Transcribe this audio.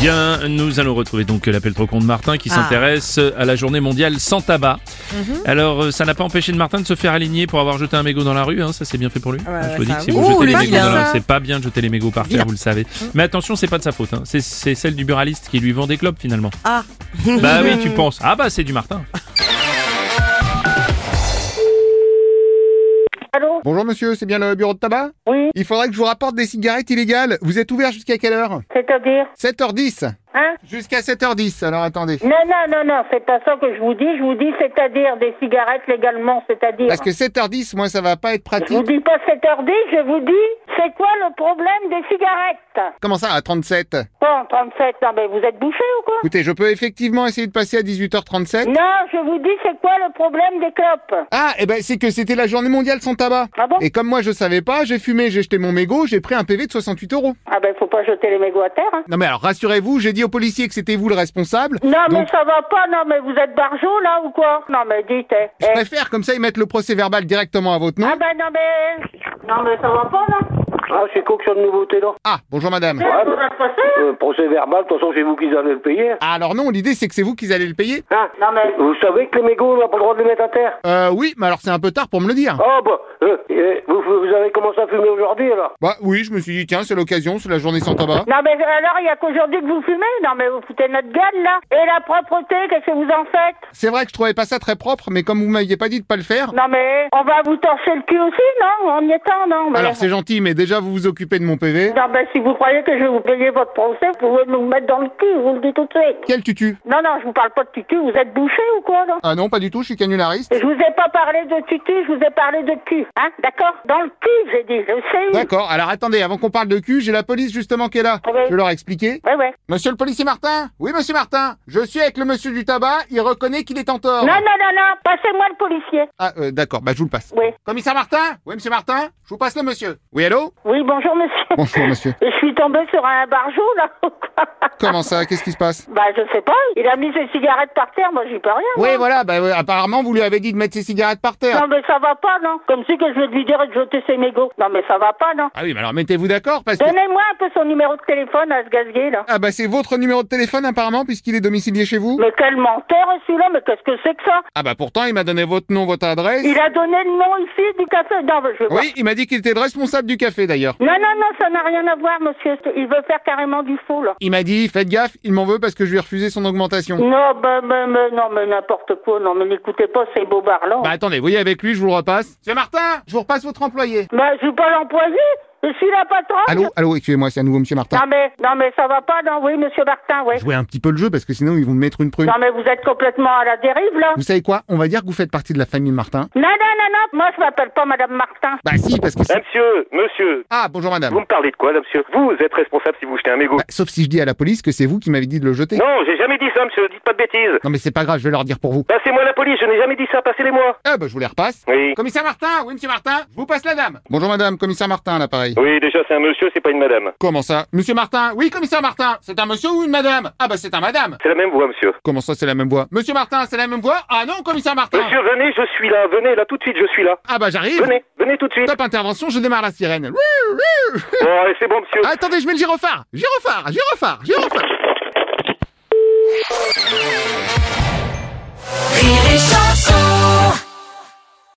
Bien, nous allons retrouver donc l'appel trop con de Martin qui Ah. s'intéresse à la journée mondiale sans tabac. Alors, euh, ça n'a pas empêché de Martin de se faire aligner pour avoir jeté un mégot dans la rue. hein, ça, c'est bien fait pour lui. Ah, je vous dis que si vous oui. Ouh, jetez les le mégots dans la vilain. rue, c'est pas bien Mm. de jeter les mégots par terre, vous le savez. Mais attention, c'est pas de sa faute. hein. C'est- C'est celle du buraliste qui lui vend des clopes finalement. Ah. Bah oui, tu penses. Ah bah, c'est du Martin. Allô Bonjour monsieur, c'est bien le bureau de tabac Oui, Il faudrait que je vous rapporte des cigarettes illégales. Vous êtes ouvert jusqu'à quelle heure c'est-à-dire 7h10. Hein Jusqu'à 7h10, alors attendez. Non, non, non, non, c'est pas ça que je vous dis. Je vous dis c'est-à-dire des cigarettes légalement, c'est-à-dire. Parce que 7h10, moi ça va pas être Je vous pratique. dis pas 7h10, je vous dis c'est quoi le problème des cigarettes Comment ça, à 37 Bon, 37, non mais vous êtes bouché ou quoi Écoutez, je peux effectivement essayer de passer à 18h37. Non, je vous dis c'est quoi le problème des clopes Ah, eh ben c'est que c'était la journée mondiale sans tabac. Ah bon Et comme moi je savais pas, j'ai fumé, j'ai jeté mon mégot, j'ai pris un PV de 68 euros. Ah ben faut pas jeter les mégots à terre, hein. Non mais alors rassurez-vous, j'ai dit aux policiers que c'était vous le responsable. Non mais donc ça va pas, non mais vous êtes barjot là ou quoi Non mais dites, eh, je eh. préfère comme ça ils mettent le procès verbal directement à votre nom. Ah ben non mais... Non mais ça va pas là Ah, c'est quoi que ça de nouveauté là Ah, bonjour madame. Qu'est-ce qu'on va se passer hein Euh, Procès verbal, de toute façon, c'est vous qui allez le payer. Ah, alors non, l'idée c'est que c'est vous qui allez le payer. Hein Non mais... Vous savez que les mégots, on n'a pas le droit de les mettre à terre Euh, oui, mais alors c'est un peu tard pour me le Ah. dire. Oh, bah, euh, euh, vous, vous avez commencé à fumer aujourd'hui alors Bah oui, je me suis dit, tiens, c'est l'occasion, c'est la journée sans tabac. Non mais alors il y a qu'aujourd'hui que vous fumez Non mais vous foutez notre gueule là Et la propreté, qu'est-ce que vous en faites C'est vrai que je trouvais pas ça très propre, mais comme vous m'aviez pas dit de pas le faire, Non mais on va vous torcher le cul aussi non En y étant non mais... alors c'est gentil, mais déjà vous vous occupez de mon PV. Non mais si vous croyez que je vais vous payer votre procès, vous pouvez nous mettre dans le cul, je vous le dis tout de suite. Quel tutu Non non, je vous parle pas de tutu, vous êtes bouché ou quoi non Ah non, pas du tout, je suis canulariste. je vous ai pas parlé de tutu, je vous ai parlé de cul, hein, d'accord Dans le cul, j'ai dit, je sais. D'accord, alors attendez, avant qu'on parle de cul, j'ai la police justement qui est là. Oui. Je vais leur expliquer. Ouais, ouais. Monsieur le policier Martin Oui, monsieur Martin Je suis avec le monsieur du tabac, il reconnaît qu'il est en tort. Non, non, non, non, passez-moi le policier. Ah, euh, d'accord, bah je vous le passe. Oui. Commissaire Martin Oui, monsieur Martin Je vous passe le monsieur. Oui, allô Oui, bonjour, monsieur. Bonjour, monsieur. Je suis tombée sur un barjot, là. ou quoi Comment ça Qu'est-ce qui se passe Bah, je sais pas. Il a mis ses cigarettes par terre. Moi, j'y peux rien. Oui, moi. voilà, bah, ouais, apparemment, vous lui avez dit de mettre ses cigarettes par terre. Non, mais ça va pas, non. Comme si que je vais lui dire de jeter ses mégots. Non, mais ça va pas, non. Ah oui, mais alors mettez-vous d'accord parce que. Donnez-moi un peu son numéro de téléphone à ce gazier, là. Ah bah c'est votre numéro de téléphone apparemment puisqu'il est domicilié chez vous. Mais quel menteur, celui-là. Mais qu'est-ce que c'est que ça Ah bah pourtant il m'a donné votre nom, votre adresse. Il a donné le nom ici du café. Non, mais je vais voir. Oui, il m'a dit qu'il était le responsable du café d'ailleurs. Non, non, non, ça n'a rien à voir, monsieur. Il veut faire carrément du faux, là. Il m'a dit faites gaffe, il m'en veut parce que je lui ai refusé son Mm. augmentation. Non, bah, bah, bah, non, mais n'importe quoi. Non, mais n'écoutez pas ces bobards-là. Bah attendez, voyez avec lui, je vous le repasse. Monsieur Martin, je vous repasse votre employé. Bah, je suis pas l'employé. Je suis la patronne. Allô, allô, excusez-moi, c'est à nouveau Monsieur Martin. Non, mais, non, mais ça va pas, non. Oui, monsieur Martin, oui. Jouez un petit peu le jeu parce que sinon ils vont me mettre une prune. Non, mais vous êtes complètement à la dérive, là. Vous savez quoi On va dire que vous faites partie de la famille Martin. Non, non, non, non, moi je m'appelle pas Madame Martin. Bah si, parce que c'est... Eh, Monsieur, monsieur, Ah bonjour madame. vous me parlez de quoi là, monsieur Vous êtes responsable si vous jetez un mégot. Bah, sauf si je dis à la police que c'est vous qui m'avez dit de le jeter. Non, j'ai jamais dit ça, monsieur, dites pas de bêtises. Non mais c'est pas grave, je vais leur dire pour vous. Passez-moi la police, je n'ai jamais dit ça, passez-les-moi. Ah bah je vous les repasse. Oui. Commissaire Martin, oui, monsieur Martin, je vous passe la dame. Bonjour madame, commissaire Martin à l'appareil. Oui, déjà, c'est un monsieur, c'est pas une madame. Comment ça Monsieur Martin, oui, commissaire Martin, c'est un monsieur ou une madame Ah bah c'est un madame. C'est la même voix, monsieur. Comment ça c'est la même voix Monsieur Martin, c'est la même voix Ah non, commissaire Martin Monsieur, venez, je suis là, venez, là, tout de suite, je suis là. Ah bah j'arrive Venez, venez tout de suite. Top intervention, je démarre la sirène. Bon, allez, c'est bon, monsieur. Attendez, je mets le gyrophare Gyrophare Gyrophare Gyrophare